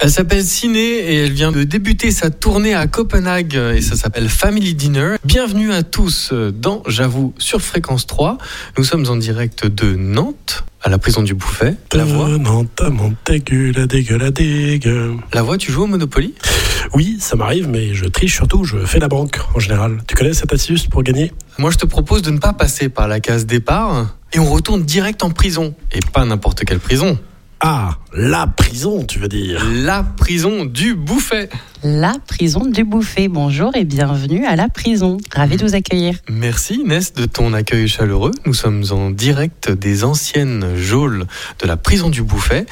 Elle s'appelle Ciné et elle vient de débuter sa tournée à Copenhague et ça s'appelle Family Dinner. Bienvenue à tous dans J'avoue sur Fréquence 3. Nous sommes en direct de Nantes à la prison du Bouffet. La voix, Euh, non, ta montague, la dégue, la dégue. la voix, tu joues au Monopoly Oui, ça m'arrive, mais je triche surtout, je fais la banque en général. Tu connais cette astuce pour gagner Moi, je te propose de ne pas passer par la case départ et on retourne direct en prison et pas n'importe quelle prison. Ah, la prison, tu veux dire La prison du Bouffet. La prison du Bouffet. Bonjour et bienvenue à la prison. Ravi de vous accueillir. Merci Inès de ton accueil chaleureux. Nous sommes en direct des anciennes geôles de la prison du Bouffet.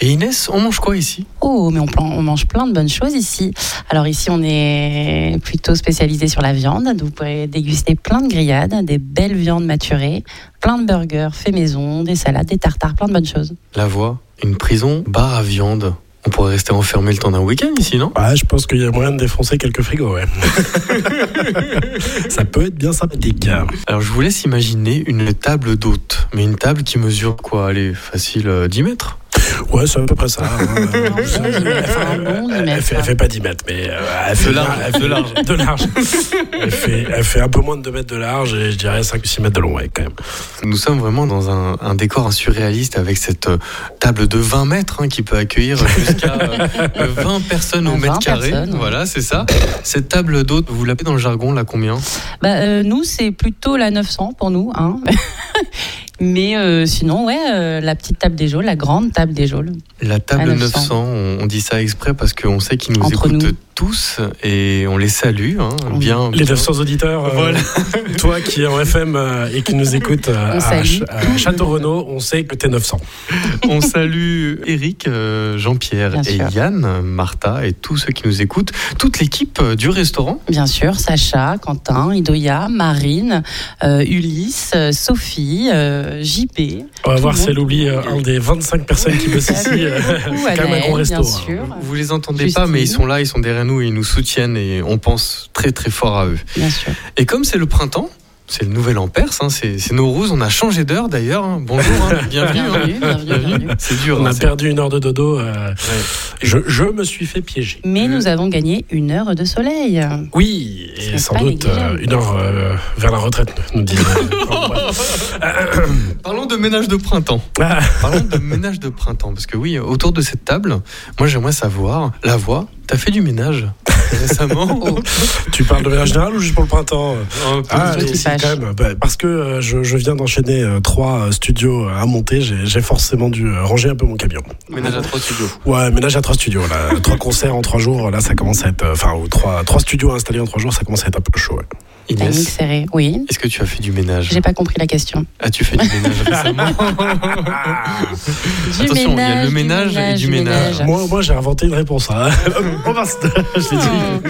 Et Inès, on mange quoi ici Oh, mais on, plan- on mange plein de bonnes choses ici. Alors ici, on est plutôt spécialisé sur la viande. Donc, Vous pourrez déguster plein de grillades, des belles viandes maturées, plein de burgers faits maison, des salades, des tartares, plein de bonnes choses. La voix, une prison, bar à viande. On pourrait rester enfermé le temps d'un week-end ici, non Ah, je pense qu'il y a moyen de défoncer quelques frigos, ouais. ça peut être bien sympathique. Alors je vous laisse imaginer une table d'hôte. Mais une table qui mesure quoi Allez, facile euh, 10 mètres Ouais, c'est à peu près ça. hein. Non, Je- ça, je- enfin, bon, Elle, mais- fait, elle fait pas 10 mètres, mais euh, elle fait large, elle fait- de large. de large. elle, fait, elle fait un peu moins de 2 mètres de large et je dirais 5 ou 6 mètres de long, ouais, quand même. Nous sommes vraiment dans un, un décor surréaliste avec cette euh, table de 20 mètres hein, qui peut accueillir jusqu'à euh, 20 personnes au 20 mètre carré. personnes. Voilà, c'est ça. Cette table d'hôte, vous l'appelez dans le jargon, là combien Bah, euh, nous, c'est plutôt la 900 pour nous. Hein. mais euh, sinon, ouais, euh, la petite table des geôles, la grande table des geôles. La table À 900, 900, on, on dit ça exprès parce qu'on sait qu'ils nous Entre écoutent nous. tous et on les salue. hein, On- bien, Les bien. 900 auditeurs, euh, Voilà. toi qui es en FM euh, et qui nous écoute euh, On à, salue. à Château-Renaud, on sait que t'es 900. On salue Eric, euh, Jean-Pierre Bien et sûr. Yann, euh, Martha et tous ceux qui nous écoutent, toute l'équipe euh, du restaurant. Bien sûr, Sacha, Quentin, Idoya, Marine, euh, Ulysse, euh, Sophie, euh, JP. On va Tout voir le si monde. elle oublie euh, un des 25 personnes qui bossent ici. euh, Ah Beaucoup, quand même un gros Anaël, resto. bien hein. sûr. Vous les entendez Justine. pas, mais ils sont là, ils sont derrière nous, et ils nous soutiennent et on pense très très fort à eux. Bien sûr. Et comme c'est le printemps, c'est le nouvel an perse, hein, c'est c'est Nowruz, on a changé d'heure d'ailleurs. hein. Bonjour, hein, bienvenue. hein. Bienvenue, bienvenue, bienvenue. C'est dur. On hein, a c'est- perdu une heure de dodo. euh, Ouais. je, je me suis fait piéger. Mais nous avons gagné une heure de soleil. Oui, Ce et n'est sans pas doute négligeable. euh, une heure euh, vers la retraite, nous dit. euh, Parlons de ménage de printemps. Ah. Parlons de ménage de printemps. Parce que oui, autour de cette table, moi j'aimerais savoir, la voix, t'as fait du ménage récemment Oh. tu parles de ménage général ou juste pour le printemps Un peu. Ah, Toi qui si, fâche. quand même. Bah, parce que euh, je, je viens d'enchaîner euh, trois euh, studios à monter, j'ai j'ai forcément dû euh, ranger un peu mon camion. Ménage à trois studios. Ouais, ménage à trois studios, là. trois concerts en trois jours, là, ça commence à être. euh, Enfin, ou trois, trois studios installés en trois jours, ça commence à être un peu chaud, ouais. Panique Inès, serrée. Oui, est-ce que tu as fait du ménage j'ai pas compris la question. As-tu fait du ménage récemment Ah, Du Attention, il y a le ménage et du ménage. Moi, moi j'ai inventé une réponse. hein. Oh, mince, je l'ai dit. Oh.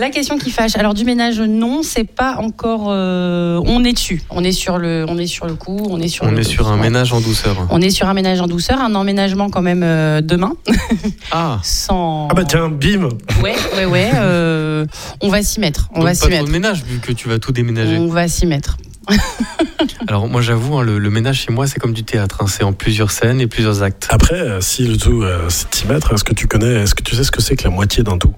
La question qui fâche. Alors du ménage, non, c'est pas encore. euh, on est dessus. On est sur le, on est sur le coup. On est sur. On le est dos. sur un Ouais. ménage en douceur. On est sur un ménage en douceur, un emménagement quand même euh, demain, Ah sans. Ah, bah tiens, bim Ouais, ouais, ouais. euh, on va s'y mettre. On donc va pas s'y trop mettre. Mm. de ménage vu que tu vas tout déménager. On va s'y mettre. Alors moi j'avoue, hein, le, le ménage chez moi c'est comme du théâtre, hein, c'est en plusieurs scènes et plusieurs actes. Après, euh, si le tout, euh, c'est 10 mètres, est-ce que tu connais, est-ce que tu sais ce que c'est que la moitié d'un tout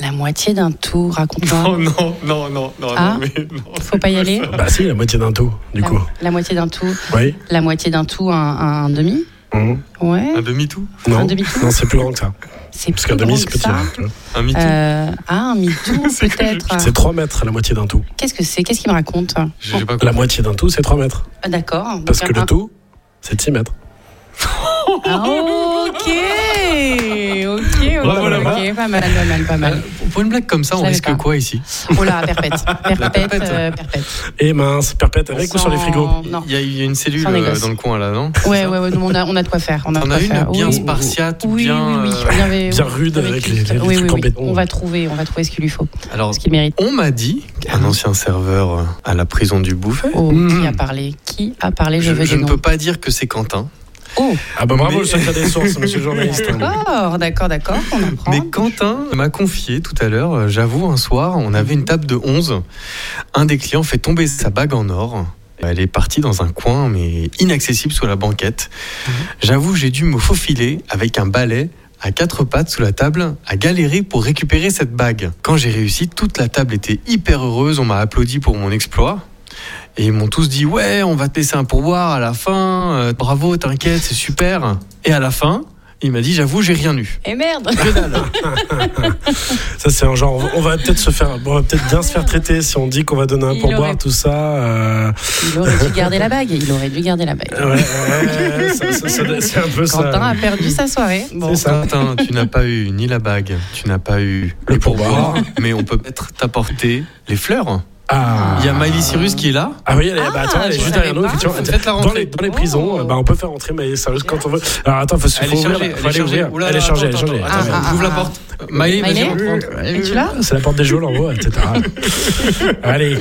La moitié d'un tout, raconte-moi. non, non, non, non, Ah. mais non. Faut pas y aller. Bah, si, la moitié d'un tout, du La, coup. la moitié d'un tout, Oui la moitié d'un tout, un, un- un demi. Mhm. Ouais. Un demi-tout Non, Un demi-tout non c'est plus grand que ça. C'est Parce qu'un plus demi, grand c'est que petit. ça. hein, tu vois. Un mi-tout Euh, ah, un mi-tour peut-être. C'est 3 mètres, la moitié d'un tout. Qu'est-ce que c'est Qu'est-ce qu'il me raconte J'ai pas La moitié d'un tout, c'est 3 mètres. Ah, D'accord. Parce Donc, que un- le tout, c'est 6 mètres. Ah, ok, ok, ok, Bravo, la ok, pas mal, pas mal, pas mal. Pour une blague comme ça, Je on savais risque pas. quoi ici Oh là, perpète, perpète, euh, perpète. Et Eh mince, perpète avec ou sur les Sans- frigos Non. Il y, a- il y a une cellule Sans euh, négoce. dans le coin là, non Ouais, ouais, ouais, non, on a, on a de quoi faire. On a, de On a quoi une faire. bien Oui. spartiate, Oui, bien. oui, oui, euh, bien, bien, bien rude avec les- les- les oui, oui, trucs en oui. béton. On va trouver, on va trouver ce qu'il lui faut, euh, Alors, ce qu'il mérite. on m'a dit qu'un ancien serveur euh, à la prison du Bouffet. Oh, Mm. qui a parlé Qui a parlé Je, Je, veux je des ne noms. peux pas dire que c'est Quentin, Oh, Ah bah bravo Mais- le secret des sources, monsieur le journaliste. d'accord, d'accord, d'accord, on apprend. mais Quentin m'a confié tout à l'heure, euh, j'avoue, un soir, on avait une table de 11. Un des clients fait tomber sa bague en or. Elle est partie dans un coin, mais inaccessible sous la banquette. J'avoue, j'ai dû me faufiler avec un balai à quatre pattes sous la table, à galérer pour récupérer cette bague. Quand j'ai réussi, toute la table était hyper heureuse, on m'a applaudi pour mon exploit. Et ils m'ont tous dit ouais, on va te laisser un pourboire à la fin, euh, bravo, t'inquiète, c'est super. Et à la fin, il m'a dit j'avoue, j'ai rien eu. Et Eh merde Que dalle. Ça, c'est un genre. On va peut-être se faire. On va peut-être bien se faire traiter si on dit qu'on va donner un Il pourboire, aurait- tout ça. euh, Il aurait dû garder la bague. Il aurait dû garder la bague. ouais, ouais, ça- ça- ça- c'est un peu Quentin Euh, ça. a perdu sa soirée. Bon. C'est ça. Tintin, tu n'as pas eu ni la bague, tu n'as pas eu Le les pourboires, pourboire. mais on peut peut-être t'apporter les fleurs. Ah. Il y a Miley Cyrus qui est là. Ah oui, elle est- bah, attends, elle est je juste savais derrière nous. pas. effectivement. Faites la Dans rentrée. les, dans les prisons, Oh. euh, bah, on peut faire entrer Maïs Sérieux quand on veut. Alors attends, faut, se Elle est ouvrir, chargée, faut elle est aller chargée. ouvrir. Oula, Elle est attends, chargée, elle est attends, chargée. attends, Attends, Ah, attends, ah, Ouvre la ah. porte. Maïli, vas-y, Maïlé rentre, rentre. Et tu l'as C'est la porte des geôles en haut, etc. Allez,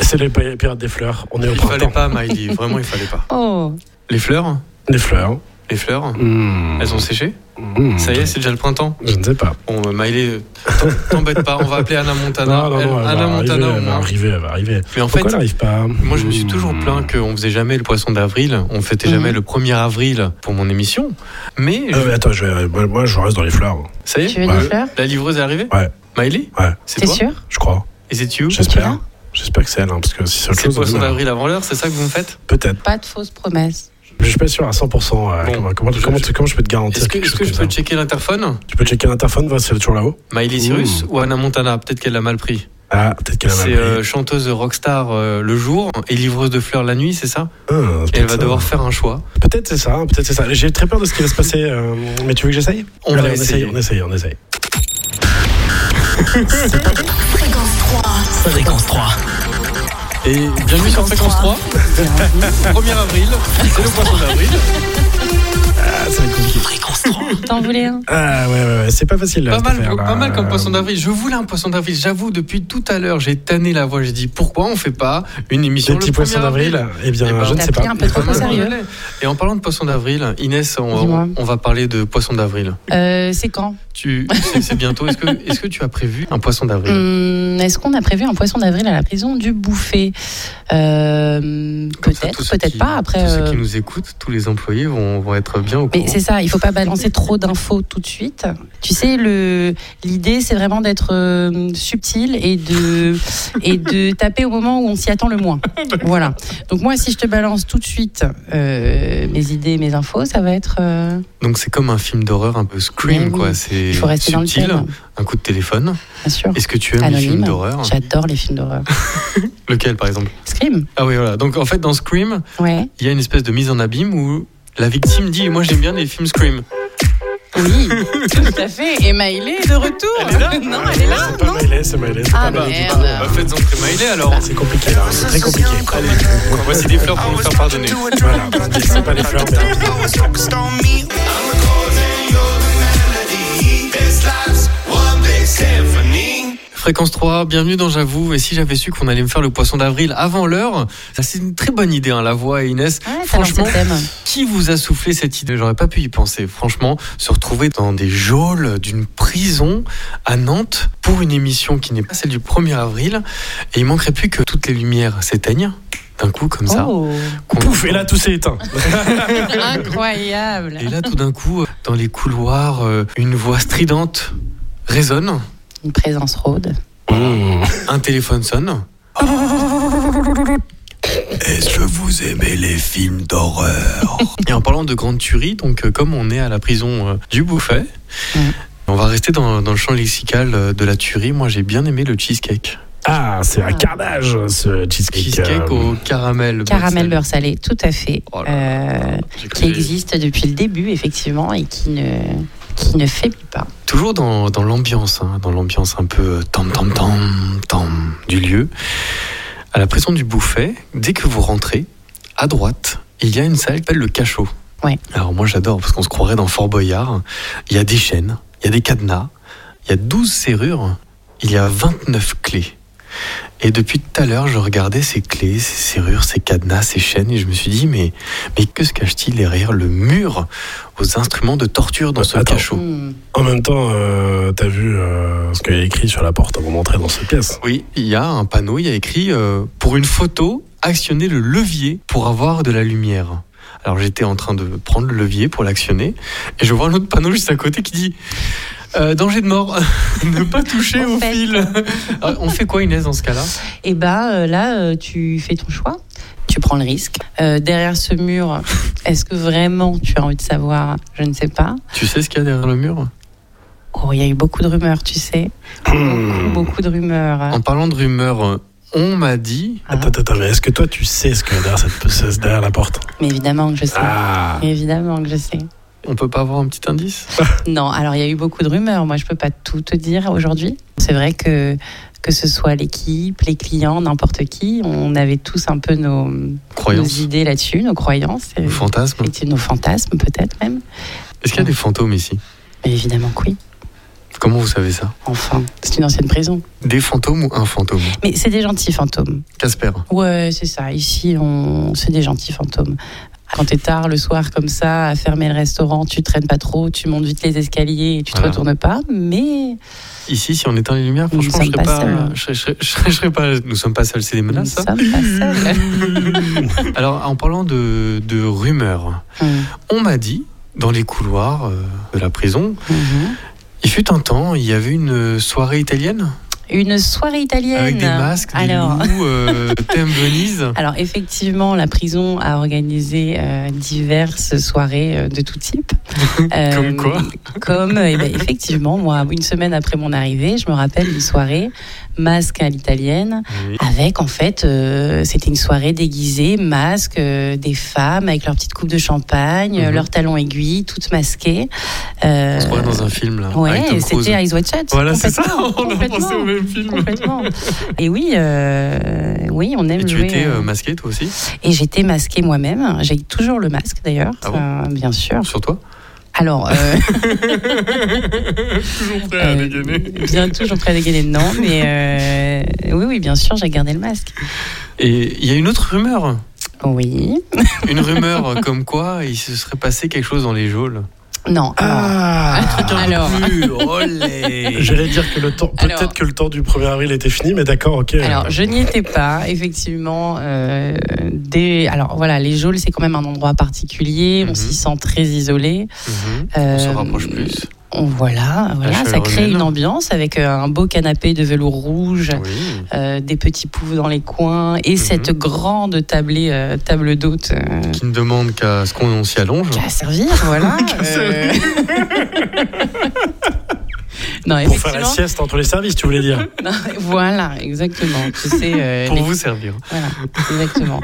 c'est les pi- pirates des fleurs. On est au Il fallait printemps. pas, Maïli. Vraiment, il fallait pas. Oh Les fleurs Des fleurs. Les fleurs Mmh. Elles ont séché Mmh. Ça y est, c'est déjà le printemps. Je ne sais pas. Bon, euh, Maïlé, t'em- t'embête pas, on va appeler Anna Montana. Non, non, Elle- non, elle, Anna va Montana arriver, au elle va moins. arriver, elle va arriver. Mais en fait, Pourquoi elle n'arrive pas hein moi je me suis toujours plaint qu'on faisait jamais le poisson d'avril, on fêtait jamais Mhm. le 1er avril pour mon émission. Mais Euh, mais attends, je vais- moi, moi, je reste dans les fleurs, ça y Tu est, veux Ouais. des fleurs la livreuse est arrivée Ouais. Maïlé Ouais. C'est T'es toi sûr je crois. Et c'est tu où tu J'espère. l'as J'espère que c'est elle, hein, parce que si c'est autre C'est le chose, poisson demain, d'avril avant l'heure, c'est ça que vous me faites peut-être. Pas de fausses promesses. Je suis pas sûr à 100%. euh, Bon. comment, comment, Je- comment, tu- comment je peux te garantir Est-ce que, quelque est-ce chose que je comme peux ça checker l'interphone Tu peux checker l'interphone, voir si elle est toujours là-haut Miley Cyrus ou Anna Montana Peut-être qu'elle l'a mal pris. Ah, peut-être qu'elle a mal C'est pris. euh, chanteuse rockstar euh, le jour et livreuse de fleurs la nuit, c'est ça Ah, c'est Et elle va peut-être devoir ça. faire un choix. Peut-être c'est ça, hein, peut-être c'est ça. J'ai très peur de ce qui va se passer, euh, mais tu veux que j'essaye On Allez, va essayer. on essaye, on essaye. Fréquence 3. Fréquence 3. Et bienvenue sur Fréquence 3, 1er avril, c'est le poisson d'avril. Ah, ça va être compliqué. Fréquence 3. T'en voulais un Ah, ouais, ouais, ouais, c'est pas facile. Pas cette mal, affaire, là. pas mal comme poisson Euh, d'avril. Je voulais un poisson d'avril. J'avoue, depuis tout à l'heure, j'ai tanné la voix. J'ai dit pourquoi on fait pas une émission Des le petits 1er poissons d'avril, eh bien, Eh ben, je ne t'as sais pris pas. un peu trop Vraiment, sérieux. je l'ai. Et en parlant de poisson d'avril, Inès, Dis-moi. on, on va parler de poisson d'avril. Euh, C'est quand Tu, c'est- c'est bientôt. Est-ce que, est-ce que tu as prévu un poisson d'avril Hum, Est-ce qu'on a prévu un poisson d'avril à la prison du Bouffet Euh, Comme ça, Peut-être, tous ceux peut-être qui- pas. Après, tous ceux euh, qui nous écoutent, tous les employés vont, vont être bien au courant. Mais c'est ça, il faut pas balancer trop d'infos tout de suite. Tu sais, le l'idée, c'est vraiment d'être euh, subtil et de et de taper au moment où on s'y attend le moins. Voilà. Donc moi, si je te balance tout de suite euh, mes idées, mes infos, ça va être. euh, Donc c'est comme un film d'horreur un peu scream Mais oui, quoi. C'est il faut rester subtil. dans le thème, Un coup de téléphone. bien sûr. Est-ce que tu aimes les Anonyme. films d'horreur J'adore les films d'horreur. Lequel par exemple Scream. Ah oui voilà. Donc en fait dans Scream, Ouais. il y a une espèce de mise en abîme où la victime dit moi j'aime bien les films Scream. Oui. tout à fait. Et Maïlé est de retour. Elle est là Ah, C'est pas non, elle est là. Non. Maïlé, c'est Maïlé, c'est Ah, pas Maïlé. merde. Ah, Bah, faites entrer Maïlé alors. C'est compliqué là, c'est très compliqué. Voici des fleurs pour vous faire pardonner. Voilà, c'est pas les fleurs, mais. Fréquence 3, bienvenue dans J'avoue. Et si j'avais su qu'on allait me faire le poisson d'avril avant l'heure, ça c'est une très bonne idée hein, la voix et Inès. Ouais, t'as lancé Franchement, le thème. Qui vous a soufflé cette idée J'aurais pas pu y penser. Franchement, se retrouver dans des geôles d'une prison à Nantes pour une émission qui n'est pas celle du 1er avril. Et il manquerait plus que toutes les lumières s'éteignent d'un coup comme ça. Oh, qu'on- Pouf, et là tout s'est éteint. incroyable. Et là, tout d'un coup, euh, dans les couloirs, euh, une voix stridente résonne, Une présence rôde. un téléphone sonne. Est-ce que vous aimez les films d'horreur Et en parlant de grande tuerie, donc euh, comme on est à la prison euh, du Bouffet, Mhm. on va rester dans, dans le champ lexical euh, de la tuerie. Moi, j'ai bien aimé le cheesecake. Ah, c'est un carnage ce cheesecake. Cheesecake euh, au caramel. Caramel beurre beurre salé, tout à fait. Oh là Euh, salé. J'ai cru qui que- existe depuis le début, effectivement, et qui ne, qui ne faiblit pas. Toujours dans, dans l'ambiance, hein, dans l'ambiance un peu euh, tam tam tam tam du lieu. À la prison du Bouffet, dès que vous rentrez, à droite, il y a une salle qui s'appelle le cachot. Ouais. Alors moi j'adore parce qu'on se croirait dans Fort Boyard. Il y a des chaînes, il y a des cadenas, il y a 12 serrures, il y a 29 clés. Et depuis tout à l'heure, je regardais ces clés, ces serrures, ces cadenas, ces chaînes, et je me suis dit, mais, mais que se cache-t-il derrière le mur aux instruments de torture dans ce Attends. cachot Hmm. En même temps, euh, t'as vu euh, ce qu'il y a écrit sur la porte avant d'entrer dans cette pièce. Oui, il y a un panneau, il y a écrit euh, pour une photo, actionnez le levier pour avoir de la lumière. Alors j'étais en train de prendre le levier pour l'actionner et je vois un autre panneau juste à côté qui dit euh, danger de mort, ne pas toucher En au fait. fil. Alors, on fait quoi Inès dans ce cas-là Et bah euh, là, euh, tu fais ton choix, tu prends le risque. Euh, derrière ce mur, est-ce que vraiment tu as envie de savoir Je ne sais pas. Tu sais ce qu'il y a derrière le mur Oh, il y a eu beaucoup de rumeurs, tu sais. Hmm. Beaucoup de rumeurs. En parlant de rumeurs, euh, on m'a dit Ah, Attends, attends, attends, mais est-ce que toi tu sais ce qu'il y a derrière, cette, ce- derrière la porte mais évidemment que je sais. Ah Évidemment que je sais. on peut pas avoir un petit indice Non, alors il y a eu beaucoup de rumeurs. Moi, je peux pas tout te dire aujourd'hui. C'est vrai que que ce soit l'équipe, les clients, n'importe qui, on avait tous un peu nos, nos Croyance idées là-dessus, nos croyances, et- ou fantasme et nos fantasmes peut-être même. Est-ce qu'il y a des fantômes ici Mais évidemment que oui. Comment vous savez ça Enfin, c'est une ancienne prison. Des fantômes ou un fantôme Mais c'est des gentils fantômes. Casper, Ouais, c'est ça. Ici, on... c'est des gentils fantômes. Quand t'es tard le soir comme ça, à fermer le restaurant, tu traînes pas trop, tu montes vite les escaliers et tu te Voilà. retournes pas. Mais ici si on éteint les lumières, Nous franchement je sommes serais pas pas, seuls. je serais- je serais- je serais- je serais pas... Nous sommes pas seuls, c'est des nous ne menaces ça sommes pas seuls. Alors en parlant de, de rumeurs, Hum, on m'a dit dans les couloirs euh, de la prison, hum. il fut un temps, il y avait une euh, soirée italienne Une soirée italienne. Avec des masques, des Alors. loups, euh, thème Venise. Alors effectivement, la prison a organisé euh, diverses soirées euh, de tout type. Euh, Comme quoi Comme euh, eh ben, effectivement, moi, une semaine après mon arrivée, je me rappelle une soirée masque à l'italienne. Avec en fait, euh, c'était une soirée déguisée, masque, euh, des femmes avec leur petite coupe de champagne, euh, Mhm. leurs talons aiguilles, toutes masquées. Euh, On se croirait dans un film là. avec ouais, Tom Cruise. c'était Eyes Wide Shut. Voilà, c'est ça. complètement, On a pensé au complètement, même film. Complètement. Et oui, euh, oui, on aime Et tu jouer, étais euh, euh, masqué toi aussi et j'étais masquée moi-même. J'ai toujours le masque d'ailleurs, Ah bon Euh, bien sûr. Sur toi Alors, euh, Toujours prêt euh, bien toujours près dégainer, non, mais euh, oui, oui, bien sûr, j'ai gardé le masque. Et il y a une autre rumeur. Oui. Une rumeur comme quoi il se serait passé quelque chose dans les geôles. Non. alors, Ah Alors. Plus, olé. J'allais dire que le temps, Alors. peut-être que le temps du 1er avril était fini, mais d'accord, ok. Alors, je n'y étais pas, effectivement. euh, des, alors voilà, les geôles, c'est quand même un endroit particulier. Mhm. On s'y sent très isolé. Mhm. Euh, On se rapproche plus. on- voilà, voilà, chaleur ça crée humaine. une ambiance avec euh, un beau canapé de velours rouge. Oui. euh, des petits poufs dans les coins Mhm. et cette grande tablée, euh, table d'hôte euh, Qui ne demande qu'à ce qu'on s'y allonge. qu'à servir, voilà. euh. non, Pour faire la effectivement. sieste entre les services, tu voulais dire voilà, exactement. Tu sais, euh, Pour les- vous servir. voilà, exactement.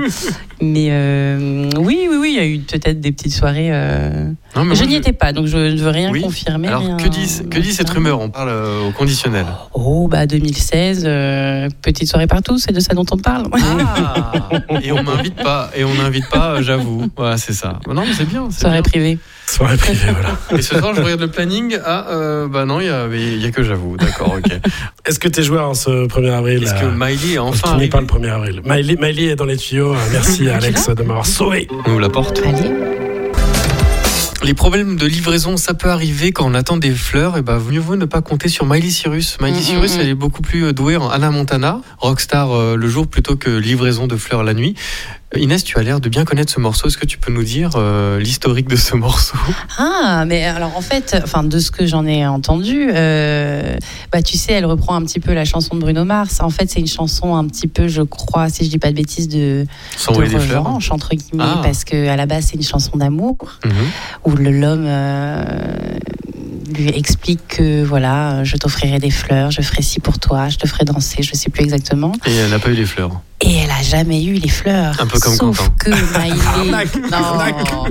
Mais euh, oui, oui, oui, il y a eu peut-être des petites soirées. euh, Non, mais Je moi, n'y étais pas, donc je ne veux rien Oui. confirmer. Alors rien- que dit, que dit cette rumeur On parle euh, au conditionnel. Oh, bah 2016, euh, petite soirée partout, c'est de ça dont on parle. et on m'invite pas, et on n'invite pas, euh, j'avoue. Voilà, c'est ça. Non, mais c'est bien. c'est soirée bien. privée. Soirée privée, voilà. Et ce soir, je regarde le planning. Ah, euh, bah non, il y a, il y a que j'avoue. D'accord, ok. Est-ce que t'es joueur hein, ce 1er avril Est-ce euh, que Miley est Parce enfin qu'il n'est arrivé pas le 1er avril. Miley, Miley est dans les tuyaux. euh, Merci Alex de m'avoir sauvé. On ouvre la porte. Allez. Les problèmes de livraison, ça peut arriver quand on attend des fleurs. Et bah, mieux vaut ne pas compter sur Miley Cyrus. Miley Mm, mm, Cyrus, mm. elle est beaucoup plus euh, douée en Anna Montana, rockstar euh, le jour plutôt que livraison de fleurs la nuit. Euh, Inès, tu as l'air de bien connaître ce morceau. Est-ce que tu peux nous dire euh, l'historique de ce morceau Ah, mais alors en fait, enfin de ce que j'en ai entendu, euh, bah tu sais, elle reprend un petit peu la chanson de Bruno Mars. En fait, c'est une chanson un petit peu, je crois, si je dis pas de bêtises, de, Sans de envoyer des fleurs. revanche entre guillemets, Ah. parce que à la base c'est une chanson d'amour Mhm. où le- l'homme euh, lui explique que voilà, euh, je t'offrirai des fleurs, je ferai ci pour toi, je te ferai danser, je sais plus exactement. Et elle n'a pas eu les fleurs. Et elle a jamais eu les fleurs. Un peu comme Sauf Quentin. que Maïlé. non.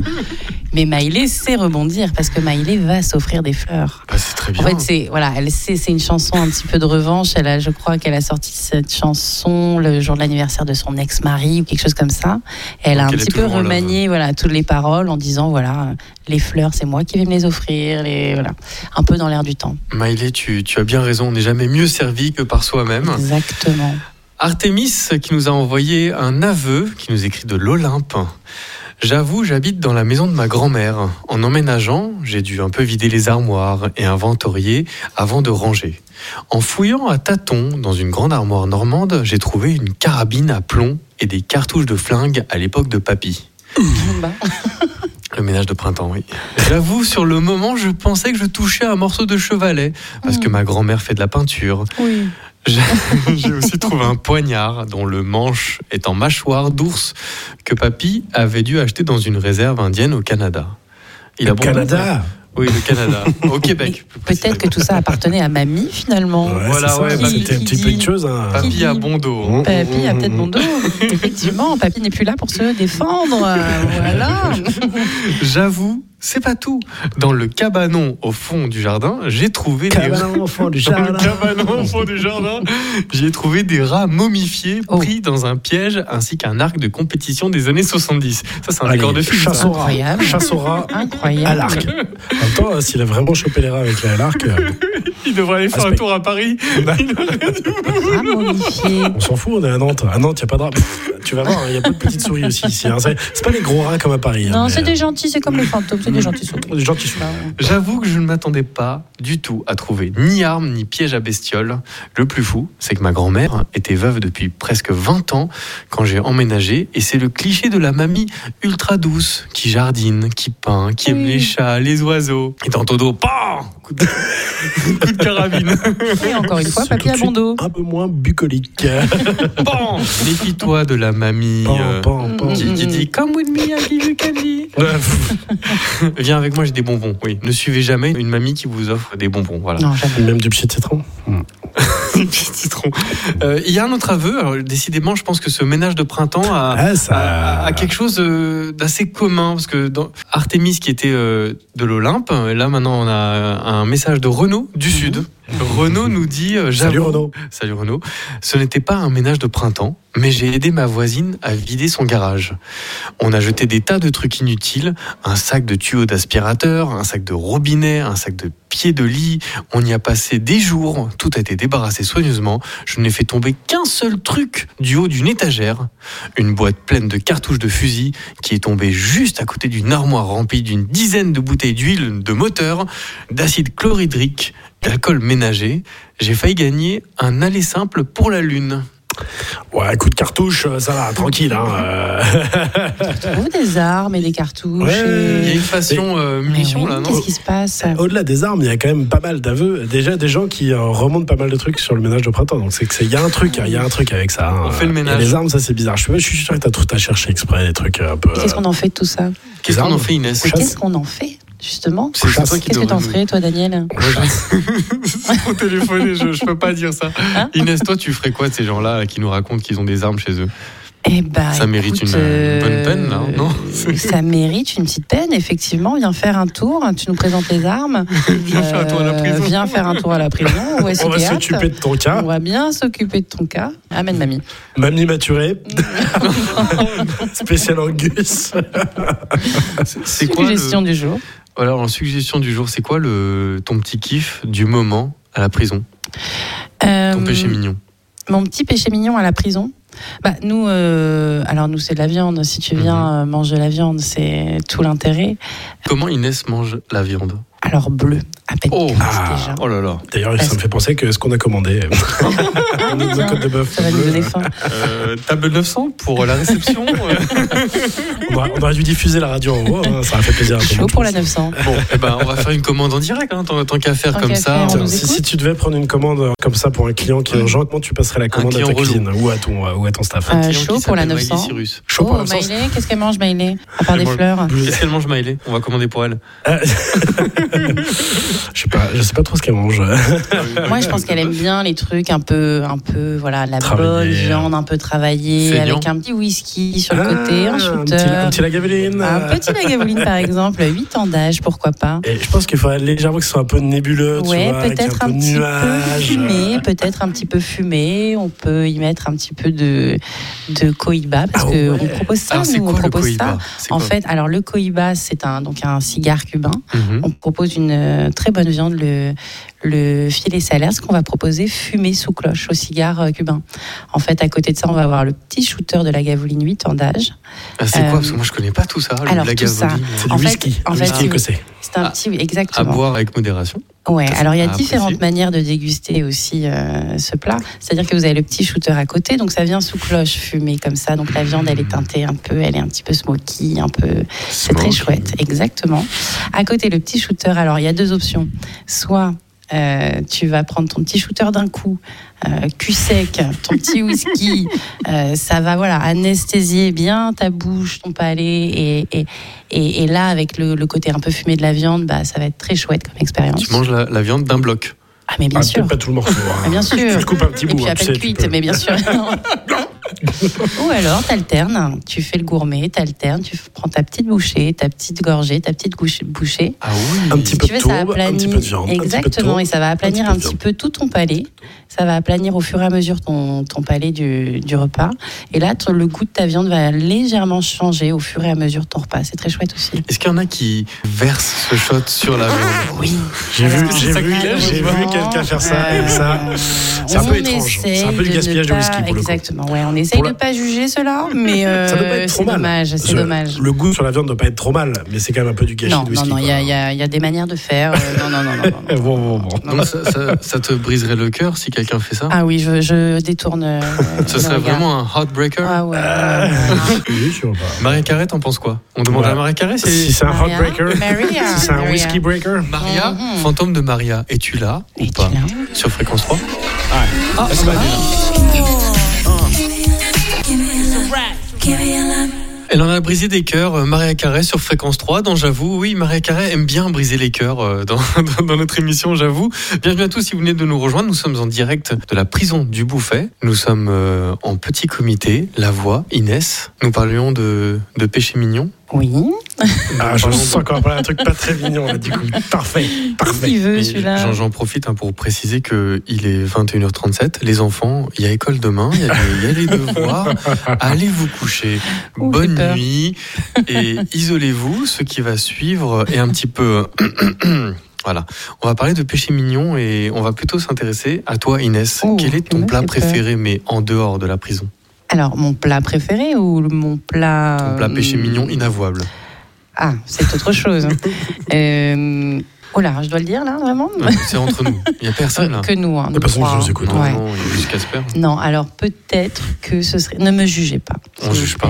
Mais Maïlé sait rebondir parce que Maïlé va s'offrir des fleurs. Bah, c'est très bien. En fait, c'est voilà, elle sait, c'est une chanson un petit peu de revanche. Elle a, je crois qu'elle a sorti cette chanson le jour de l'anniversaire de son ex-mari ou quelque chose comme ça. Elle a Donc, un elle est petit peu toujours en love. remanié voilà toutes les paroles en disant voilà euh, les fleurs c'est moi qui vais me les offrir les voilà un peu dans l'air du temps. Maïlé, tu, tu as bien raison, on n'est jamais mieux servi que par soi-même. Exactement. Artemis qui nous a envoyé un aveu, qui nous écrit de l'Olympe. J'avoue, j'habite dans la maison de ma grand-mère. En emménageant, j'ai dû un peu vider les armoires et inventorier avant de ranger. En fouillant à tâtons dans une grande armoire normande, j'ai trouvé une carabine à plomb et des cartouches de flingue à l'époque de papy. Bah, Le ménage de printemps, oui. J'avoue, sur le moment, je pensais que je touchais un morceau de chevalet, parce que Mm. ma grand-mère fait de la peinture. oui. J'ai j'ai aussi trouvé un poignard dont le manche est en mâchoire d'ours que papy avait dû acheter dans une réserve indienne au Canada. Il Le abandonne- Canada Oui, le Canada. au Québec. plus Peut-être que tout ça appartenait à mamie finalement. Ouais, Voilà, c'est ça, ouais, Bah, bah, parce c'était qu'il un petit dit- peu une chose. hein. Papy Qui- a bon dos. Mmh, Papy a mmh, peut-être mmh. mon dos. Effectivement, papy n'est plus là pour se défendre. euh, Voilà. J'avoue, c'est pas tout. Dans le cabanon au fond du jardin, j'ai trouvé des rats. Cabanon au fond du Dans le jardin. cabanon au fond du jardin, j'ai trouvé des rats momifiés Oh. pris dans un piège ainsi qu'un arc de compétition des années 70. Ça, c'est un Allez, décor de film. ça. chassons. Sora. Incroyable. Chasse au rat à Incroyable. l'arc. En même temps, euh, s'il a vraiment chopé les rats avec la- l'arc, euh, Il devrait aller faire un Respect. tour à Paris. Ah, momifié. on s'en fout, on est à Nantes. À Nantes, il n'y a pas de rats. Pff, Tu vas voir, il y a pas de petites souris aussi ici. hein. C'est c'est pas les gros rats comme à Paris. Non, hein, c'est mais, des gentils, c'est comme les fantômes, c'est des gentils surtout. euh, des gens qui sont- Bah, J'avoue que je ne m'attendais pas du tout à trouver ni armes ni pièges à bestioles. Le plus fou, c'est que ma grand-mère était veuve depuis presque 20 ans quand j'ai emménagé et c'est le cliché de la mamie ultra douce qui jardine, qui peint, qui aime Oui. les chats, les oiseaux. Et dans ton dos, pam coup, de... coup de carabine. Et encore une fois, c'est tout papy de à suite bon dos. Un peu moins bucolique. Pam Méfie-toi de la mamie Pan, euh, pan, Mm, pan. qui, qui dit Come with me, I give you candy. Viens avec moi, j'ai des bonbons. Oui, ne suivez jamais une mamie qui vous offre des bonbons. Voilà. Non, jamais. Même du petit citron. Petit citron. Euh, Il y a un autre aveu. Alors, décidément, je pense que ce ménage de printemps a, Ah, ça. a- a quelque chose euh, d'assez commun. Parce que dans Artemis, qui était euh, de l'Olympe, et là maintenant, on a un message de Renaud du Sud. Renaud nous dit euh, Mhm. Salut j'avoue- Renaud. Salut Renaud. Ce n'était pas un ménage de printemps, mais j'ai aidé ma voisine à vider son garage. On a jeté des tas de trucs inutiles, un sac de tuyaux d'aspirateur, un sac de robinet, un sac de pieds de lit. On y a passé des jours, tout a été débarrassé soigneusement. Je n'ai fait tomber qu'un seul truc du haut d'une étagère, une boîte pleine de cartouches de fusil qui est tombée juste à côté d'une armoire remplie d'une dizaine de bouteilles d'huile de moteur, d'acide chlorhydrique, d'alcool ménager. J'ai failli gagner un aller simple pour la Lune. Ouais, coup de cartouche, euh, ça va, tranquille. Hein. euh. Ou des armes et des cartouches. Ouais. Il y a et- une façon euh, Mais munition oui, là, non Qu'est-ce qui se passe Au-delà des armes, il y a quand même pas mal d'aveux. Déjà, des gens qui euh, remontent pas mal de trucs sur le ménage de printemps. Donc, c'est que c'est- il y a un truc, hein, il y a un truc avec ça. hein. On fait le Et ménage. les armes, ça, c'est bizarre. Je suis, je suis sûr que t'as tout à chercher exprès, des trucs euh, un peu. Qu'est-ce qu'on en fait de tout ça Qu'est-ce qu'on en armes. fait, Inès Chasse. Qu'est-ce qu'on en fait, justement C'est Chasse. toi qui Qu'est-ce que t'en devrais- ferais, toi, Daniel euh, Moi, je- Faut téléphoner, je, je peux pas dire ça. Hein Inès, toi, tu ferais quoi de ces gens-là qui nous racontent qu'ils ont des armes chez eux Eh ben, Ça mérite écoute, une, euh, bonne peine, là, non Ça mérite une petite peine, effectivement. Viens faire un tour, hein, tu nous présentes les armes. Euh, Viens faire un tour à la prison. Viens faire un tour à la prison ou à On va Citéat. s'occuper de ton cas. On va bien s'occuper de ton cas. Amène mamie. Mamie Maturé. Spécial Angus. C'est quoi le- Suggestion du jour. Alors, en suggestion du jour, c'est quoi le ton petit kiff du moment à la prison Ton Euh, péché mignon. mon petit péché mignon à la prison bah, nous, euh, alors nous c'est de la viande. Si tu viens Mhm. euh, manger de la viande, c'est tout l'intérêt. Comment Inès mange la viande Alors bleu, à peine Oh. écrasé Ah. déjà. Oh là là. D'ailleurs, ça me fait penser que ce qu'on a commandé. euh, Ah, mais Nos tiens, côtes de bœuf ça va nous bleues, donner faim. Euh, table 900 pour la réception euh. on, aurait, on aurait dû diffuser la radio en haut. hein, ça aurait fait plaisir. à tout le Chaud monde. pour la 900. Bon, eh ben, on va faire une commande en direct, hein, tant, tant qu'à faire Tant comme qu'à ça. faire, on- Tiens, nous si, écoute si tu devais prendre une commande comme ça pour un client qui est urgent, comment tu passerais la commande à client ta relou. cuisine ou à ton, ou à ton staff Euh, client chaud qui pour la s'appelle Miley 900. Cyrus. Chaud pour oh, l'absence. Maïlé, qu'est-ce qu'elle mange, Maïlé À part Elle des mange- fleurs. Qu'est-ce qu'elle mange, Maëlée On va commander pour elle. Je sais pas, je sais pas trop ce qu'elle mange. Ah Euh, Moi, je pense qu'elle aime bien les trucs un peu, un peu, voilà, de la bonne Travaillé. viande, un peu travaillée, Saignant. avec un petit whisky sur le côté, Ah, un petit, un shooter. petit Lagavulin. Un petit lagavulin, par exemple, 8 ans d'âge, pourquoi pas. Et je pense qu'il faudrait légèrement que ce soit un peu nébuleux, tu ouais, vois, qu'il y ait peut-être un, peu de petit peu nuages. fumé, peut-être un petit peu fumé. On peut y mettre un petit peu de, de cohiba parce Ah que ouais. on propose ça, Alors, c'est nous, on quoi le propose ça. cohiba C'est En quoi fait, alors le cohiba, c'est un donc un cigare cubain. Mhm. On propose une euh, très bonne viande, le, le filet salaire, ce qu'on va proposer fumé sous cloche au cigare euh, cubain. En fait, à côté de ça, on va avoir le petit shooter de la Gavoline 8 ans d'âge. Ah, c'est quoi euh, Parce que moi, je connais pas tout ça. le alors, blague tout à ça. voler. C'est du En fait- whisky, en du fait, whisky tu- écossais. C'est un Ah, petit, À exactement. boire avec modération. Ouais, alors il y a à différentes apprécier. manières de déguster aussi euh, ce plat. C'est-à-dire que vous avez le petit shooter à côté, donc ça vient sous cloche fumée comme ça. Donc la viande, elle est teintée un peu, elle est un petit peu smoky, un peu. C'est très chouette, exactement. À côté, le petit shooter. Alors il y a deux options. Soit euh, tu vas prendre ton petit shooter d'un coup, euh, cul sec, ton petit whisky, euh, ça va voilà anesthésier bien ta bouche, ton palais, et, et, et, et là avec le, le côté un peu fumé de la viande, bah ça va être très chouette comme expérience. Tu manges la, la viande d'un bloc. Ah mais bien Ah, sûr. peut-être Pas tout le morceau. hein. Ah, bien sûr. Tu te coupes un petit Et bout. puis hein, à tu peine sais, tu cuite, peux. mais bien sûr. Ou alors, t'alternes, tu fais le gourmet, t'alternes, tu prends ta petite bouchée, ta petite gorgée, ta petite gouche- bouchée. Ah oui. Un petit Si peu tu de veux, ça tourbe, un aplanit. petit peu de viande. un petit peu de Exactement, tourbe. et ça va aplanir un un petit peu de petit peu tout ton palais. Ça va aplanir au fur et à mesure ton, ton palais du, du repas. Et là, ton- le goût de ta viande va légèrement changer au fur et à mesure de ton repas. C'est très chouette aussi. Est-ce qu'il y en a qui versent ce shot sur la viande Ah, Oui. J'ai vu, Alors, j'ai vu, j'ai vu malheureusement, quelqu'un faire ça. euh, et ça, c'est un on peu étrange. essaye C'est un peu du de gaspillage ne de pas- whisky pour le coup. Exactement, ouais, on essaye Pour la- de pas juger cela, mais Ça doit pas euh, être trop c'est mal. dommage, c'est Je- dommage. Le goût sur la viande ne doit pas être trop mal, mais c'est quand même un peu du gâchis Non, de non, whisky. non, il y, a- quoi. il y a- il y a des manières de faire. euh, non, non, non, non, non, non. Eh, Bon, bon, bon. Donc ça, ça- ça te briserait le cœur si quelqu'un fait ça Ah oui, je, je détourne. euh, Ce le serait regard. vraiment un heartbreaker. Ah ouais. ouais, ouais. Oui, sûr, bah. Marie Carré, t'en penses quoi On demande Ouais. à Marie Carré Si si c'est un Maria, heartbreaker, Maria, si c'est un Maria. whisky breaker. Maria, Mhm. fantôme de Maria, es-tu là Et ou tu pas l'as. Sur Fréquence 3 Oh, Ah, Ça va bien. Elle en a brisé des cœurs, euh, Maria Carré sur Fréquence 3, dans J'avoue. Oui, Maria Carré aime bien briser les cœurs euh, dans, dans- dans notre émission, j'avoue. Bienvenue à tous si vous venez de nous rejoindre. Nous sommes en direct de la prison du Bouffet. Nous sommes euh, en petit comité, La Voix, Inès. Nous parlions de, de péché mignon. Oui. Ah, je sens qu'on va parler d'un truc pas très mignon, là, du coup. Parfait, parfait. Il veut Et celui-là. j'en- J'en profite hein, pour préciser que il est 21h37. Les enfants, il y a école demain, il y a, il y a les devoirs. Allez vous coucher. Ouh, j'ai Bonne peur. nuit et isolez-vous. Ce qui va suivre est un petit peu. Voilà, on va parler de péché mignon et on va plutôt s'intéresser à toi Inès. Ouh, Quel est ton Inès, plat j'ai peur. préféré mais en dehors de la prison Alors, mon plat préféré ou le- mon plat. Ton plat euh, péché mignon inavouable. Ah, c'est autre chose. euh, oh là, je dois le dire là, vraiment Non, Ah, C'est entre nous, il n'y a personne là. Que nous, hein, De nous toute façon, trois, je hein. vous écoute. Non, Ouais. non, il y a juste Casper. Non, alors peut-être que ce serait. Ne me jugez pas. On s'il juge vous plaît.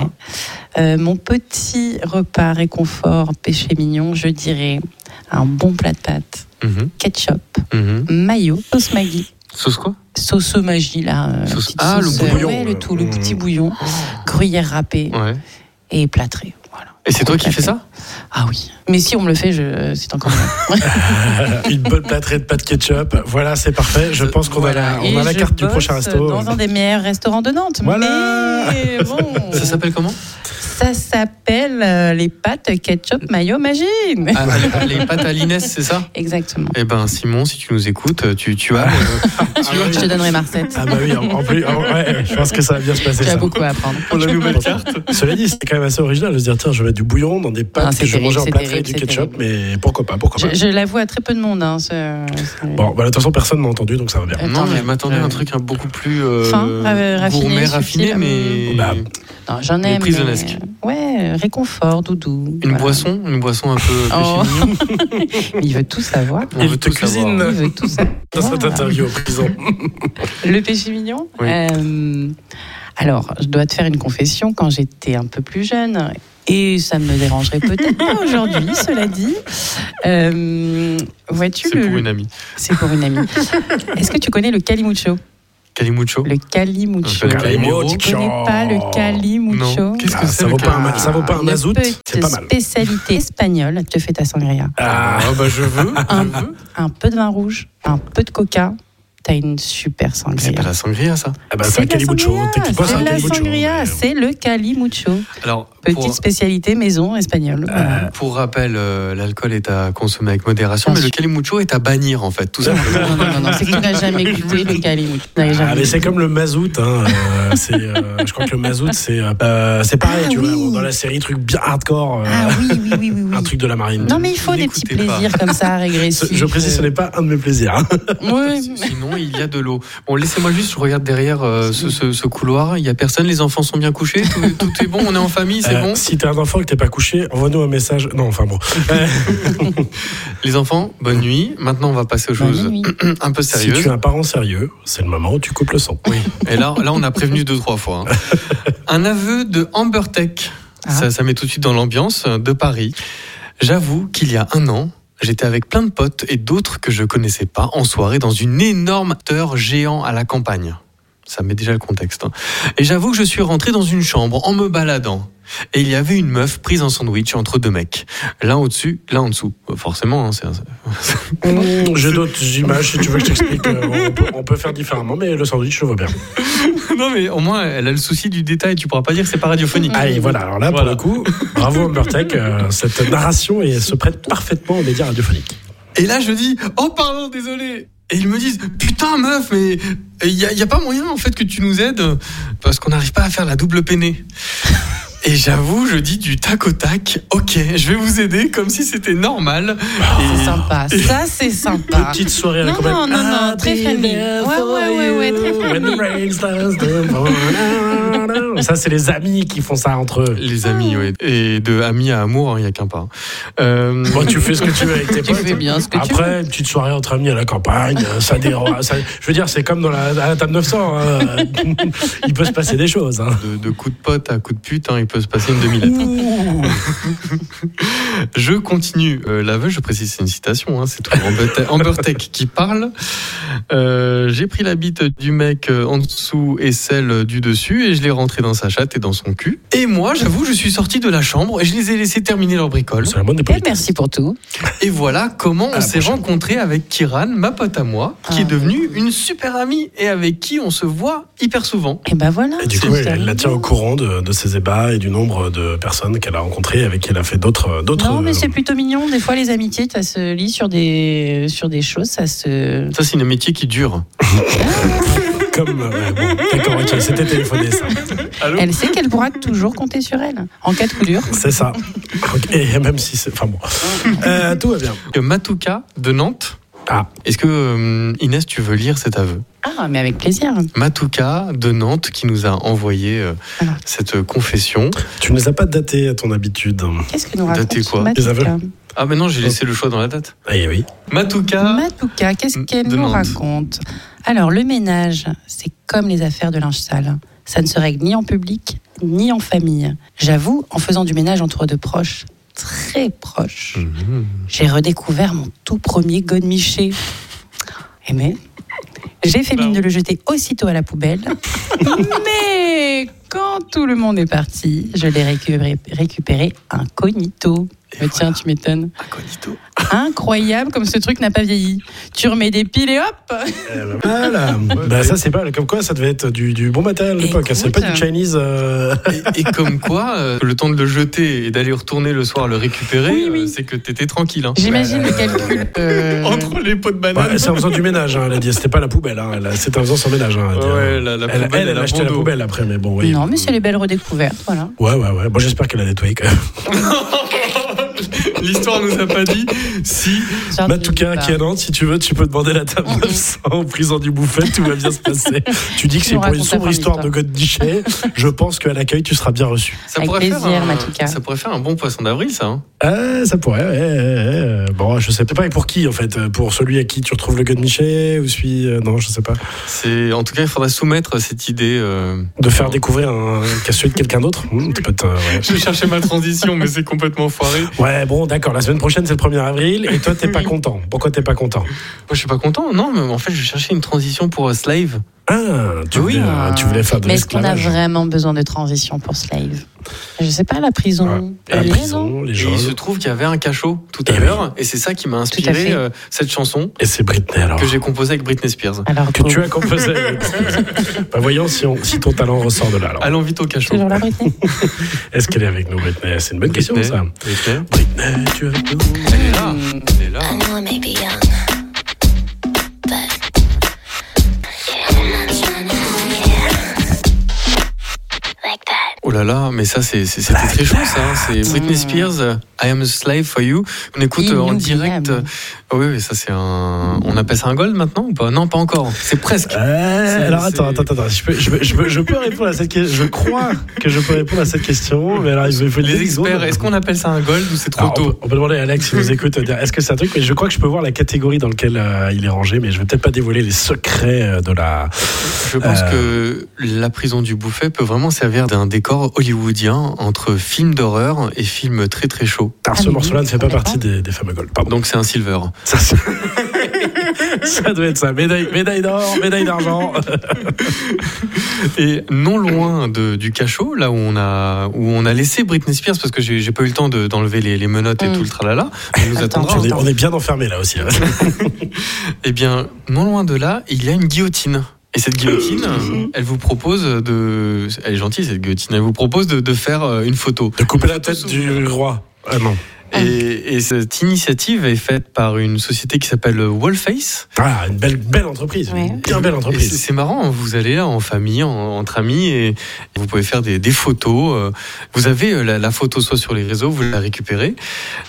pas. Euh, mon petit repas réconfort péché mignon, je dirais un bon plat de pâtes, Mhm, ketchup, mhm. mayo, sauce Maggi, Sauce quoi sauce au Maggi là, euh, la Sauce- petite ah, le sauce, bon euh, bouillon, ouais, euh, le tout, le mm. petit bouillon, gruyère râpée Ouais. et plâtré. Voilà. Et c'est toi qui fais ça Ah oui. Mais si on me le fait, je... c'est encore mieux. Une bonne plâtrée de pâte ketchup. Voilà, c'est parfait. Je pense qu'on a la, Euh, Voilà. Ah, on a Et la je carte du bosse prochain resto. Dans un des meilleurs restaurants de Nantes. Voilà. Mais bon. Ça s'appelle comment Ça s'appelle euh, les pâtes ketchup mayo Maggi. Ah, ah, Les pâtes à l'Inès, c'est ça Ah, Exactement. Eh ben Simon, si tu nous écoutes, euh, tu, tu as. le- Je te donnerai ma recette. Ah bah oui, en, en plus, en- ouais, je pense que ça va bien se passer. Tu ça. as beaucoup à apprendre. Pour la nouvelle carte. Cela dit, c'était quand même assez original de se dire tiens, je vais mettre du bouillon dans des pâtes Ah, que c'est je mange terrible, en c'est plâtrée terrible, du c'est ketchup, mais pourquoi pas, pourquoi pas. Je, je l'avoue à très peu de monde. Hein, ce- ce- Bon, bah, de toute façon, personne m'a entendu, donc ça va bien. Attends, non, je mais- m'attendais à euh, un truc un beaucoup plus euh, Fin, euh, raffiné, gourmet, subtil, raffiné, euh, mais Bah, Non, J'en Les ai. mais- prisonnesques. Ouais, réconfort, une doudou. bah, voilà. boisson, une boisson un peu. Oh. Il veut tout savoir. On Il veut te tout savoir. cuisine. Il veut tout savoir. Dans cette interview en prison. Le péché mignon Oui. Euh, Alors, je dois te faire une confession. Quand j'étais un peu plus jeune, et ça me dérangerait peut-être pas aujourd'hui, cela dit. euh, Vois-tu C'est le- pour une amie. C'est pour une amie. Est-ce que tu connais le calimucho Calimucho. Le calimucho. Le Tu Calimero. connais pas le calimucho Non. Qu'est-ce que Ah, c'est ça, le vaut pas un, calimucho ma- ça vaut pas un Une mazout, petite c'est pas mal. spécialité espagnole. Te fais ta sangria. Ah, Ah bah je veux. Un, un peu de vin rouge, un peu de coca. T'as une super C'est pas sangria. la sangria ça. ah bah, C'est c'est un de la calimucho. sangria, Techniquement, c'est C'est un la calimucho. hein, sangria, mais- euh, c'est le calimucho. Alors Petite pour, spécialité maison espagnole. voilà. pour rappel, euh, l'alcool est à consommer avec modération, Bien mais le sûr. calimucho est à bannir en fait, tout simplement. Non, non, non, non, c'est que tu n'as jamais goûté le calimucho. Tu n'avais jamais Ah, mais c'est goûté. comme le mazout, hein. euh, c'est, euh, je crois que le mazout, c'est euh, c'est pareil, Ah tu vois, oui. bon, dans la série, truc bien hardcore, euh, Ah oui, oui, oui, oui. oui. un truc de la marine. Non, mais il faut des petits N'écoutez pas. plaisirs comme ça, Ce- régressifs. je précise, ce n'est pas un de mes plaisirs. hein. Oui, Sinon, il y a de l'eau. Bon, laissez-moi juste, je regarde derrière euh, ce, ce- ce couloir. Il y a personne, les enfants sont bien couchés, tout, tout est bon, on est en famille, c'est Euh, bon. Si t'es un enfant et que t'es pas couché, envoie-nous un message. Non, enfin bon. Euh, Les enfants, bonne nuit. Maintenant, on va passer aux Bonne choses nuit. un peu si sérieuses. tu es un parent sérieux, c'est le moment où tu coupes le sang. Oui, et là, là on a prévenu deux, trois fois. hein. Un aveu de Amber Tech. Ah. Ça, ça met tout de suite dans l'ambiance euh, de Paris. J'avoue qu'il y a un an, j'étais avec plein de potes et d'autres que je connaissais pas en soirée dans une énorme heure géant à la campagne. Ça met déjà le contexte. hein. Et j'avoue que je suis rentré dans une chambre en me baladant. Et il y avait une meuf prise en sandwich entre deux mecs. L'un au-dessus, l'un en dessous. Euh, Forcément, hein, c'est un- Mm. J'ai d'autres images si tu veux que je t'explique. euh, on, peut, on peut faire différemment, mais le sandwich, je vois bien. Mm. non mais au moins, elle a le souci du détail. Tu pourras pas dire que c'est pas radiophonique. Mm. Allez, voilà. Alors là, Voilà. pour le coup, pravo Humbertech. euh, cette narration et se prête parfaitement aux médias radiophoniques. Et là, je dis, oh pardon, désolé. Et ils me disent, putain meuf, mais il n'y a, y a pas moyen en fait que tu nous aides euh, parce qu'on n'arrive pas à faire la double peinée. Et j'avoue, je dis du tac au tac, ok, je vais vous aider comme si c'était normal. C'est sympa. Ça, c'est sympa. Petite soirée à la Non, campagne. non, non, non, I'll très be friendly. there Ouais, for ouais, ouais, ouais, you très when the rain starts to fall. Ça, c'est les amis qui font ça entre eux. Les amis, oui. Et de amis à amour, il n'y a qu'un pas. Euh, Bon, tu fais ce que tu veux avec tes Tu potes. fais bien ce que tu Après, une petite soirée entre amis à la campagne, euh, ça déroule. ça- Je veux dire, c'est comme dans la, à la table 900. hein. Il peut se passer des choses. hein. de, de coup de pote à coup de pute, hein, il peut se passer une demi-lettre. Je continue euh, l'aveu, je précise, c'est une citation, hein, c'est tout. Amber Tech- Amber Tech qui parle. Euh, J'ai pris la bite du mec euh, en dessous et celle du dessus et je l'ai rentrée dans sa chatte et dans son cul. Et moi, j'avoue, je suis sorti de la chambre et je les ai laissés terminer leur bricole. C'est la bonne des Eh, politesses. merci pour tout. Et voilà comment À on la s'est prochaine. rencontré avec Kiran, ma pote à moi, qui Ah. est devenue une super amie et avec qui on se voit hyper souvent. Et ben voilà. Et du c'est coup, elle, super. elle la tient au courant de, de ses ébats et du nombre de personnes qu'elle a rencontrées avec qui elle a fait d'autres. d'autres, Non, mais c'est euh, plutôt mignon. Des fois, les amitiés, ça se lit sur des, sur des choses. Ça se. Ça, c'est une métier qui dure. Comme. euh, ouais, bon, D'accord, ok, c'était téléphoné ça. Elle sait qu'elle pourra toujours compter sur elle en cas de coup dur. C'est ça. Ok, Et même si c'est. Enfin bon. Euh, tout va bien. Que Matuka de Nantes. Ah. Est-ce que euh, Inès, tu veux lire cet aveu Ah, mais avec plaisir. Matuka de Nantes qui nous a envoyé euh, Alors. cette euh, confession. Tu ne les as pas datés à ton habitude. Qu'est-ce que nous Datez raconte quoi Les aveux. Matuka Ah mais non, j'ai laissé le choix dans la date. Eh oui. Matuka. Matuka, qu'est-ce qu'elle Mm, Demande. nous raconte Alors, le ménage, c'est comme les affaires de linge sale. Ça ne se règle ni en public, ni en famille. J'avoue, en faisant du ménage entre deux proches, très proches, j'ai redécouvert mon tout premier godemiché. Aimé J'ai Bah fait mine de le jeter aussitôt à la poubelle. Mais quand tout le monde est parti, je l'ai récupéré, récupéré incognito. Mais tiens, tu m'étonnes. Incognito. Incroyable comme ce truc n'a pas vieilli. Tu remets des piles et hop Euh, voilà. bah, ça, c'est pas. Comme quoi, ça devait être du, du bon matériel à l'époque. hein. C'est pas Écoute. du Chinese. euh, Et, et comme quoi, euh, le temps de le jeter et d'aller retourner le soir le récupérer, Oui, oui. euh, c'est que t'étais tranquille. hein. J'imagine le calcul. euh, Entre les pots de banane. ouais, c'est en faisant du ménage, hein, elle a dit. C'était pas la poubelle. Hein, elle a- c'était en faisant son ménage. hein, elle a dit, Ouais, hein. la- la elle, poubelle, elle elle a a acheté bon la dos. poubelle après, mais bon, oui. Non, mais c'est les belles redécouvertes, voilà. Ouais, ouais, ouais. Bon, j'espère qu'elle a nettoyé quand même. L'histoire nous a pas dit si. Genre, Matouka tu- qui est à Nantes, si tu veux, tu peux demander la table 900 en prison du Bouffet, tout va bien se passer. Tu dis que Tu c'est nous pour une racontes la sombre histoire de première God Guichet. Je pense qu'à l'accueil, tu seras bien reçu. Ça Avec pourrait plaisir, faire un, Matuka. ça pourrait faire un bon poisson d'avril, ça. hein. Ah, ça pourrait, ouais, ouais, ouais. Bon, je sais pas. Et pour qui, en fait Pour celui à qui tu retrouves le God Guichet Ou celui. euh, non, je sais pas. C'est en tout cas, il faudra soumettre cette idée. euh, De faire découvrir un casse de quelqu'un d'autre Hum, ça peut être, euh, ouais. Je cherchais ma transition, mais c'est complètement foiré. Ouais, bon, d'accord. La semaine prochaine, c'est le 1er avril. Et toi, t'es pas content. Pourquoi t'es pas content Moi, je suis pas content. Non, mais en fait, je cherchais une transition pour euh, Slave. Ah, tu, Oui. voulais, euh, tu voulais faire de Mais est-ce qu'on a l'esclavage. vraiment besoin de transition pour Slave Je sais pas, la prison. À la Les prison, Ah, bah, les Et gens. il se trouve qu'il y avait un cachot tout à Eh oui. l'heure, et c'est ça qui m'a inspiré fait. euh, cette chanson Et c'est Britney, alors. que j'ai composée avec Britney Spears. Alors, que pour- tu as composé. bah voyons si, on- si ton talent ressort de là. alors. Allons vite au cachot. toujours la Britney Est-ce qu'elle est avec nous, Britney C'est une bonne question, Britney, ça. Britney, Britney, tu es avec nous Elle est là. Elle est là. I know I may be young, but yeah, I'm not tryna, yeah. Like that. Oh là là, mais ça, c'est- c'est- c'était très chaud, ça. hein. C'est Britney Mm. Spears, euh, I am a slave for you. On écoute euh, en Inoubliable. direct. euh, ah oui, oui, ça, c'est un. On appelle ça un gold maintenant ou pas Non, pas encore. C'est presque. Euh, alors c'est- attends, attends, attends, je peux, je, peux- je peux- je peux répondre à cette question. Je crois que je peux répondre à cette question, mais alors il faut- il faut Les dix experts, secondes. est-ce qu'on appelle ça un gold ou c'est trop Alors, Ah, on, tôt peut, on peut demander à Alex s'il nous écoute. dire, Est-ce que c'est un truc Mais je crois que je peux voir la catégorie dans laquelle euh, il est rangé, mais je vais peut-être pas dévoiler les secrets euh, de la. Je pense que la prison du Bouffet peut vraiment servir d'un décor hollywoodien entre film d'horreur et film très très chaud. Car Ah, ce mais morceau-là oui, ne fait pas d'accord. partie des, des fameux goals. Pardon. Donc c'est un silver. Ça, c'est- ça doit être ça. Médaille, médaille d'or, médaille d'argent. Et non loin de- du cachot, là où on a où on a laissé Britney Spears parce que j'ai j'ai pas eu le temps de- d'enlever les, les menottes et Mm. tout le tralala. On nous Attends, attendra. on, est, on est bien enfermé là aussi. hein. Eh bien, non loin de là, il y a une guillotine. Et cette Mm. guillotine, euh, elle vous propose de. Elle est gentille cette guillotine. Elle vous propose de, de faire euh, une photo. De couper la tête du roi. Ah non. Et, et cette initiative est faite par une société qui s'appelle Wallface. Ah, une belle, belle entreprise. Ouais. Une bien belle Et C'est entreprise. c'est marrant, hein, vous allez là en famille, en- entre amis, et vous pouvez faire des, des photos. euh, Vous avez euh, la, la photo soit sur les réseaux, vous la récupérez.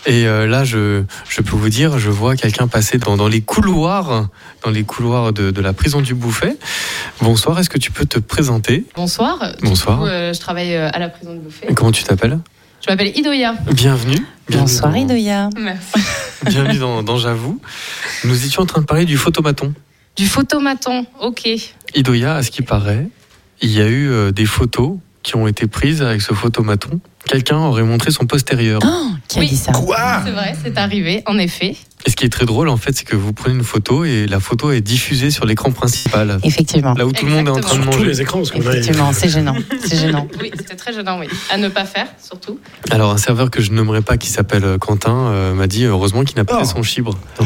Et euh, là, je, je peux vous dire, je vois quelqu'un passer dans, dans les couloirs, dans les couloirs de, de la prison du Bouffet. Bonsoir, est-ce que tu peux te présenter Bonsoir. Bonsoir. Du coup, euh, je travaille euh, à la prison de Bouffet. Comment tu t'appelles Je m'appelle Idoya. Bienvenue. Bienvenue Bonsoir dans- Idoya. Merci. Bienvenue dans, dans J'avoue. Nous étions en train de parler du photomaton. Du photomaton, ok. Idoya, à ce qui paraît, il y a eu euh, des photos qui ont été prises avec ce photomaton. Quelqu'un aurait montré son postérieur. Oh, qui a Oui. dit ça Quoi C'est vrai, c'est arrivé, en effet. Et ce qui est très drôle, en fait, c'est que vous prenez une photo et la photo est diffusée sur l'écran principal, Effectivement. là où tout le monde est en train de Exactement. Sur tous manger. les écrans, parce qu'on a- Effectivement, c'est gênant. C'est gênant. Oui, c'était très gênant, oui. À ne pas faire, surtout. Alors, un serveur que je nommerai pas, qui s'appelle euh, Quentin, euh, m'a dit heureusement qu'il n'a pas Oh. fait son chibre.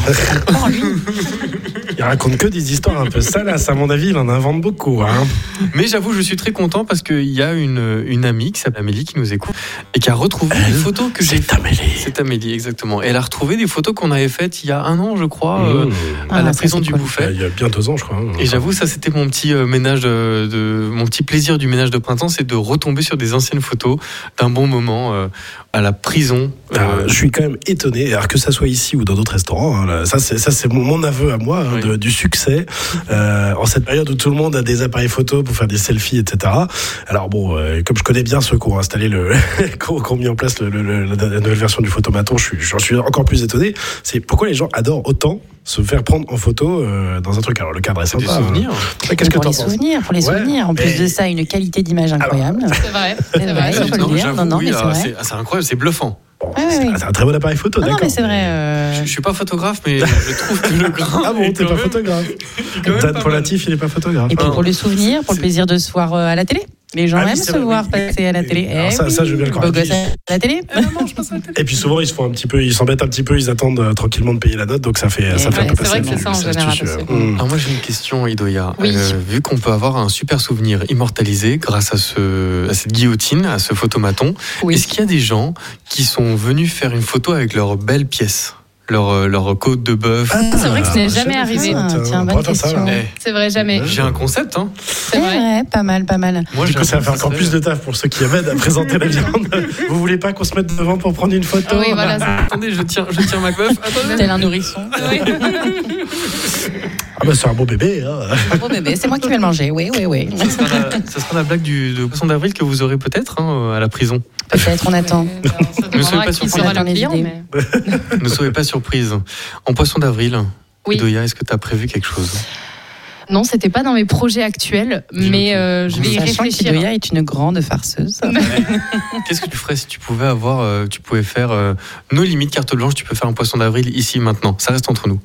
Il raconte que des histoires un peu salaces, à mon avis, il en invente beaucoup. Hein. Mais j'avoue, je suis très content parce qu'il y a une, une amie qui s'appelle Amélie qui nous écoute et qui a retrouvé les photos que j'ai C'est Amélie. C'est Amélie, exactement. Et elle a retrouvé des photos qu'on avait faites il y a un an, je crois, euh, Mmh. à Ah, la ça, prison c'est du cool. Bouffet. Il y a bien deux ans, je crois. hein. Et j'avoue, ça c'était mon petit euh, ménage euh, de mon petit plaisir du ménage de printemps, c'est de retomber sur des anciennes photos d'un bon moment euh, à la prison. Euh, Euh, je suis quand même étonné, alors que ça soit ici ou dans d'autres restaurants, hein, là, ça c'est ça c'est mon, mon aveu à moi hein, Oui. de- du succès euh, en cette période où tout le monde a des appareils photo pour faire des selfies, etc. Alors bon, euh, comme je connais bien ceux qui ont installé le, qui ont- qui ont mis en place le- le- le- la, la nouvelle version du photomaton, je suis- j'en suis encore plus étonné. C'est pourquoi les gens adorent autant se faire prendre en photo euh, dans un truc. Alors le cadre est c'est sympa. des souvenirs. hein. Ouais, Qu'est-ce que pour t'en les penses souvenirs, pour les Ouais, souvenirs. En mais- plus de ça, une qualité d'image incroyable. C'est vrai, c'est vrai. Ouais, faut le Non, dire, j'avoue, non, non, oui, mais c'est ah, vrai. c'est ah, c'est incroyable, c'est bluffant. Bon, Ouais, ouais, c'est ouais. c'est un très bon appareil photo, Ah non, d'accord. mais c'est vrai. Je, euh, je suis pas photographe, mais je trouve que le grain. Ah bon, est t'es quand pas même- photographe. quand même Dad pas Polatif, il est pas photographe. Et puis pour le souvenir, pour le C'est- plaisir de se voir euh, à la télé. Les gens Ah oui, aiment c'est se vrai, voir oui. passer à la télé. Alors Eh ça- oui, ça, je vais le croire. Ah, beau gosse à la télé. Et puis souvent ils se font un petit peu, ils s'embêtent un petit peu, ils attendent euh, tranquillement de payer la note, donc ça fait Et ça fait un ouais, peu c'est vrai passer que c'est du- ça en cette général, astuce, parce que- euh, Alors Ah, moi j'ai une question, Idoya. Euh, Oui. vu qu'on peut avoir un super souvenir immortalisé grâce à, ce, à cette guillotine, à ce photomaton, Oui. est-ce qu'il y a des gens qui sont venus faire une photo avec leur belle pièce, leur, euh, leur côte de bœuf Ah, C'est vrai que ce n'est jamais j'aime arrivé. ça, Ah, tiens, on bonne pourrait faire ça, hein. question. là. Eh, C'est vrai, jamais. J'ai un concept, hein C'est C'est vrai. vrai, pas mal, pas mal. Moi, Du j'ai coup, ça va faire l'impression encore que plus c'est- de taf pour ceux qui amènent à présenter la viande. Vous voulez pas qu'on se mette devant pour prendre une photo Oui, voilà, c'est Attendez, je tiens, je tiens ma meuf. Attendez. Tel un nourrisson. Ah bah c'est un beau bébé. hein. Bravo bébé, c'est moi qui vais le manger. Oui, oui, oui. Ça sera la, ça sera la blague du de poisson d'avril que vous aurez peut-être hein, à la prison. Peut-être, on attend. Ouais, ben, on se Ne soyez demandera pas qui surpris. sera Attends le les client, idées. mais- ne soyez pas surprise. En poisson d'avril, Oui. Idoya, est-ce que tu as prévu quelque chose Non, c'était pas dans mes projets actuels, Dis-nous mais tout. euh, je vais y Sachant réfléchir. qu'Idoya est une grande farceuse. Qu'est-ce que tu ferais si tu pouvais avoir, euh, tu pouvais faire euh, nos limites carte blanche, tu peux faire un poisson d'avril ici maintenant. Ça reste entre nous.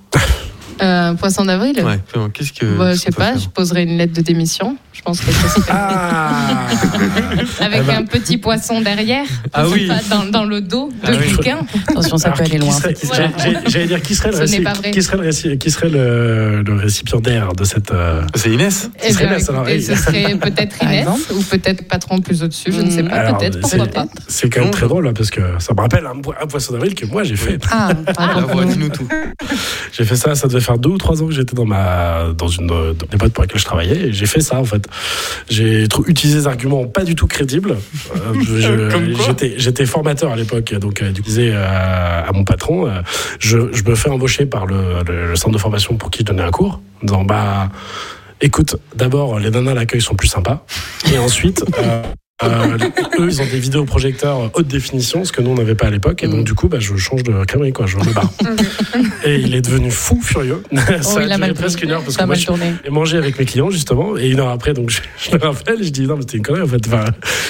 Euh, Poisson d'avril Ouais. Enfin, Qu'est-ce que Bah, Je qu'est-ce sais qu'on peut pas, faire je poserai une lettre de démission. Je pense que ça serait- Ah Avec Eh ben. un petit poisson derrière, Ah oui. pas dans, dans le dos de Ah oui. quelqu'un. Attention, ça Alors, peut qui- aller qui loin. serait- cette histoire. j'ai- j'ai- J'allais dire qui serait le Ce n'est réci- pas vrai. qui serait le réci- qui serait le le récipiendaire de cette euh, C'est Inès. Eh Ce serait bien, bien, ça, alors, écoutez, oui. ce serait peut-être Par Inès exemple. ou peut-être patron plus au-dessus, je ne sais pas, Alors, Ah, peut-être, c'est- pourquoi pas. C'est quand même très drôle hein, parce que ça me rappelle un, po- un poisson d'avril que moi j'ai fait. Ah, La bravo. voix, Bah, dis-nous tout. J'ai fait ça, ça devait faire deux ou trois ans que j'étais dans ma dans une euh, dans des boîtes pour lesquelles je travaillais et j'ai fait ça en fait. J'ai trop- utilisé des arguments pas du tout crédibles. Euh, je- je- Comme quoi j'étais j'étais formateur à l'époque donc euh, je disais euh, à mon patron euh, je, je me fais embaucher par le, le- le centre de formation pour qui je donnais un cours en disant bah écoute d'abord les nanas à l'accueil sont plus sympas et ensuite euh, euh, eux, ils ont des vidéoprojecteurs haute définition, ce que nous on n'avait pas à l'époque, et donc du coup, bah, je change de caméra, quoi, je me barre. et il est devenu fou furieux. Oh, Ça il a a duré mal presque tourné. une heure parce Ça que a moi, mal je tourné. et manger avec mes clients justement et une heure après donc je, je le rappelle je dis non mais c'était une connerie en fait enfin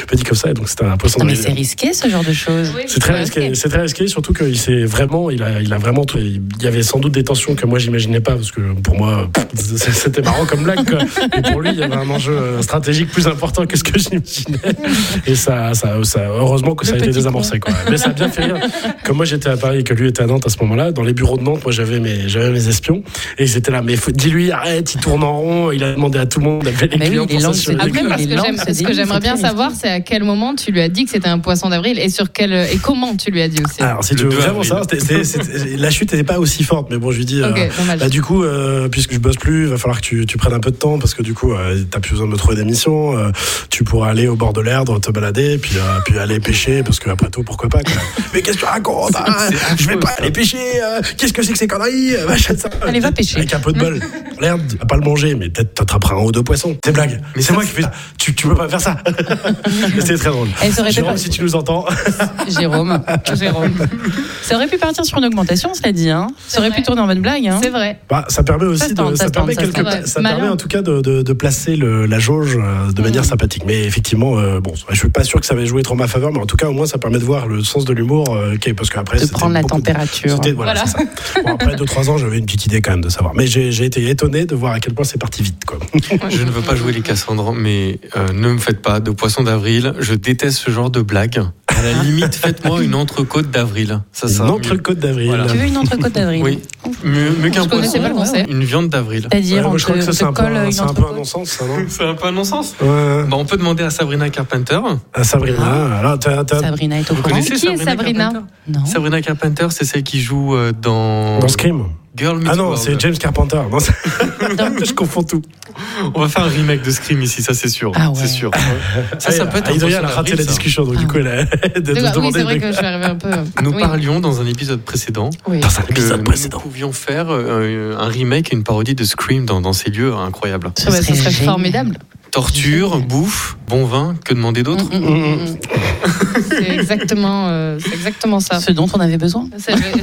pas dit comme ça et donc c'était un poisson Non, dans mais les- c'est risqué ce genre de choses. Oui, c'est très ok. risqué c'est très risqué surtout qu'il s'est vraiment il a il a vraiment tout- il y avait sans doute des tensions que moi j'imaginais pas parce que pour moi pff, c'était marrant comme blague quoi. et pour lui il y avait un enjeu euh, stratégique plus important que ce que j'imaginais et ça ça, ça- heureusement que Le ça a été petit désamorcé quoi mais ça a bien fait rire comme moi j'étais à Paris et que lui était à Nantes à ce moment-là dans les bureaux de Nantes moi j'avais mes j'avais mes espions et ils étaient là mais faut- dis-lui arrête il tourne en rond il a demandé à tout le monde d'appeler les Mais clients oui, il pour est lent, s'assurer c'est- des Après, Il est moi, ce que lent, j'aime- c'est ce que débile, j'aimerais c'est très bien risqué. savoir, c'est à quel moment tu lui as dit que c'était un poisson d'avril et sur quel et comment tu lui as dit aussi. Ah. Alors, si Le tu veux 2 vraiment avril. ça, c'était- c'était- c'était- la chute n'était pas aussi forte, mais bon, je lui dis. euh, ok, dommage. bah, du coup, euh, puisque je bosse plus, il va falloir que tu, tu prennes un peu de temps parce que du coup, euh, t'as plus besoin de me trouver des missions. euh, tu pourras aller au bord de l'Erdre, te balader, puis, euh, puis aller pêcher parce que après tout, pourquoi pas quoi. Mais qu'est-ce que tu racontes hein Je vais pas aller pêcher. euh, qu'est-ce que c'est que ces conneries euh, machin, ça. Allez, va pêcher. Avec un peu de bol. L'Erdre, tu vas pas le manger, mais peut-être t'attraperas un ou deux poissons. C'est blague. Mais c'est moi qui fais ça. Tu, tu peux pas faire ça. Mais C'était très drôle. Elle se répète Jérôme, pas. si tu nous entends. Jérôme. Jérôme. Ça aurait pu partir sur une augmentation, cela dit. Hein. Ça aurait vrai. pu tourner en bonne blague. Hein. C'est vrai. Bah, ça permet aussi se de, tente, ça ça se permet tente, ça se quelque- tente. ça Malin. permet en tout cas de, de, de placer le, la jauge euh, de Mm. manière sympathique. Mais effectivement, euh, bon, je suis pas sûr que ça va jouer trop en ma faveur, mais en tout cas, au moins, ça permet de voir le sens de l'humour, euh, ok, parce qu'après, De c'était prendre la beaucoup- température. c'était- Voilà, Voilà. c'est ça. Bon, après 2-3 ans, j'avais une petite idée quand même de savoir. Mais j'ai j'ai été étonné de voir à quel point c'est parti vite. Quoi. Je ne veux pas jouer les Cassandres, mais euh, ne me faites pas de poisson d'avril. Je déteste ce genre de blague. À la limite, faites-moi une entrecôte d'avril. Ça, ça. Une mieux. autre côte d'avril. Voilà. Tu veux une entrecôte d'avril Oui. Mieux, mieux qu'un Je connaissais poisson. pas le concept. Une viande d'avril. Ouais, C'est-à-dire, moi, on je crois te, que ça, on c'est te un peu colle un, une c'est un peu un entrecôte. non-sens, ça, non Euh. C'est un peu un non-sens. Ouais. Bah, on peut demander à Sabrina Carpenter. Ah, Sabrina, alors, t'as- t'as- Sabrina est au Vous courant connaissez Qui est Sabrina Carpenter Non. Sabrina Carpenter, c'est celle qui joue euh, dans dans Scream Girl Meets Ah non, World. c'est James Carpenter. Non, c'est- je confonds tout. On va faire un remake de Scream ici, ça c'est sûr. Ah ouais. C'est sûr. Ça, ça peut être. un Aïdoya, elle a poisson raté d'avril, la ça. discussion, donc Ah. du coup, elle a de, de C'est vrai- Oui, demander c'est vrai des- que je vais arriver un peu. euh, Nous oui. parlions dans un épisode précédent Oui. Dans un que épisode nous précédent. pouvions faire euh, un remake et une parodie de Scream dans, dans ces lieux incroyables. Ça serait, Ce serait génial. formidable. Torture, bouffe, bon vin, que demander d'autre Mm, mm, mm, mm. C'est exactement, euh, c'est exactement mm. ça. Ce dont on avait besoin. C'est vrai.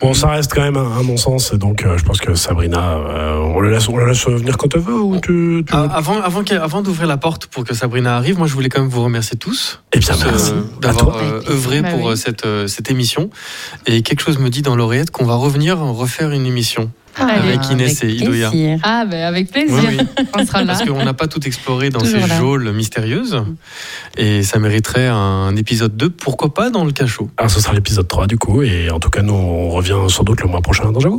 Bon, ça reste quand même un, un non-sens, donc euh, je pense que Sabrina, euh, on, le laisse, on le laisse venir quand elle veut ou tu. tu- Ah, avant avant, qu'elle- avant d'ouvrir la porte pour que Sabrina arrive, moi je voulais quand même vous remercier tous eh bien, euh, merci. à d'avoir toi. euh, œuvré Bah pour oui. euh, cette, euh, cette émission. Et quelque chose me dit dans l'oreillette qu'on va revenir en refaire une émission. Allez. Ah. Avec Inès et Idoya. plaisir. Ah, ben avec plaisir. Oui, oui. On sera là. Parce qu'on n'a pas tout exploré dans ces Toujours là. geôles mystérieuses. Et ça mériterait un épisode 2, pourquoi pas dans le cachot. Ah, Alors, ce sera l'épisode 3 du coup, et en tout cas, nous, on revient sans doute le mois prochain dans J'avoue.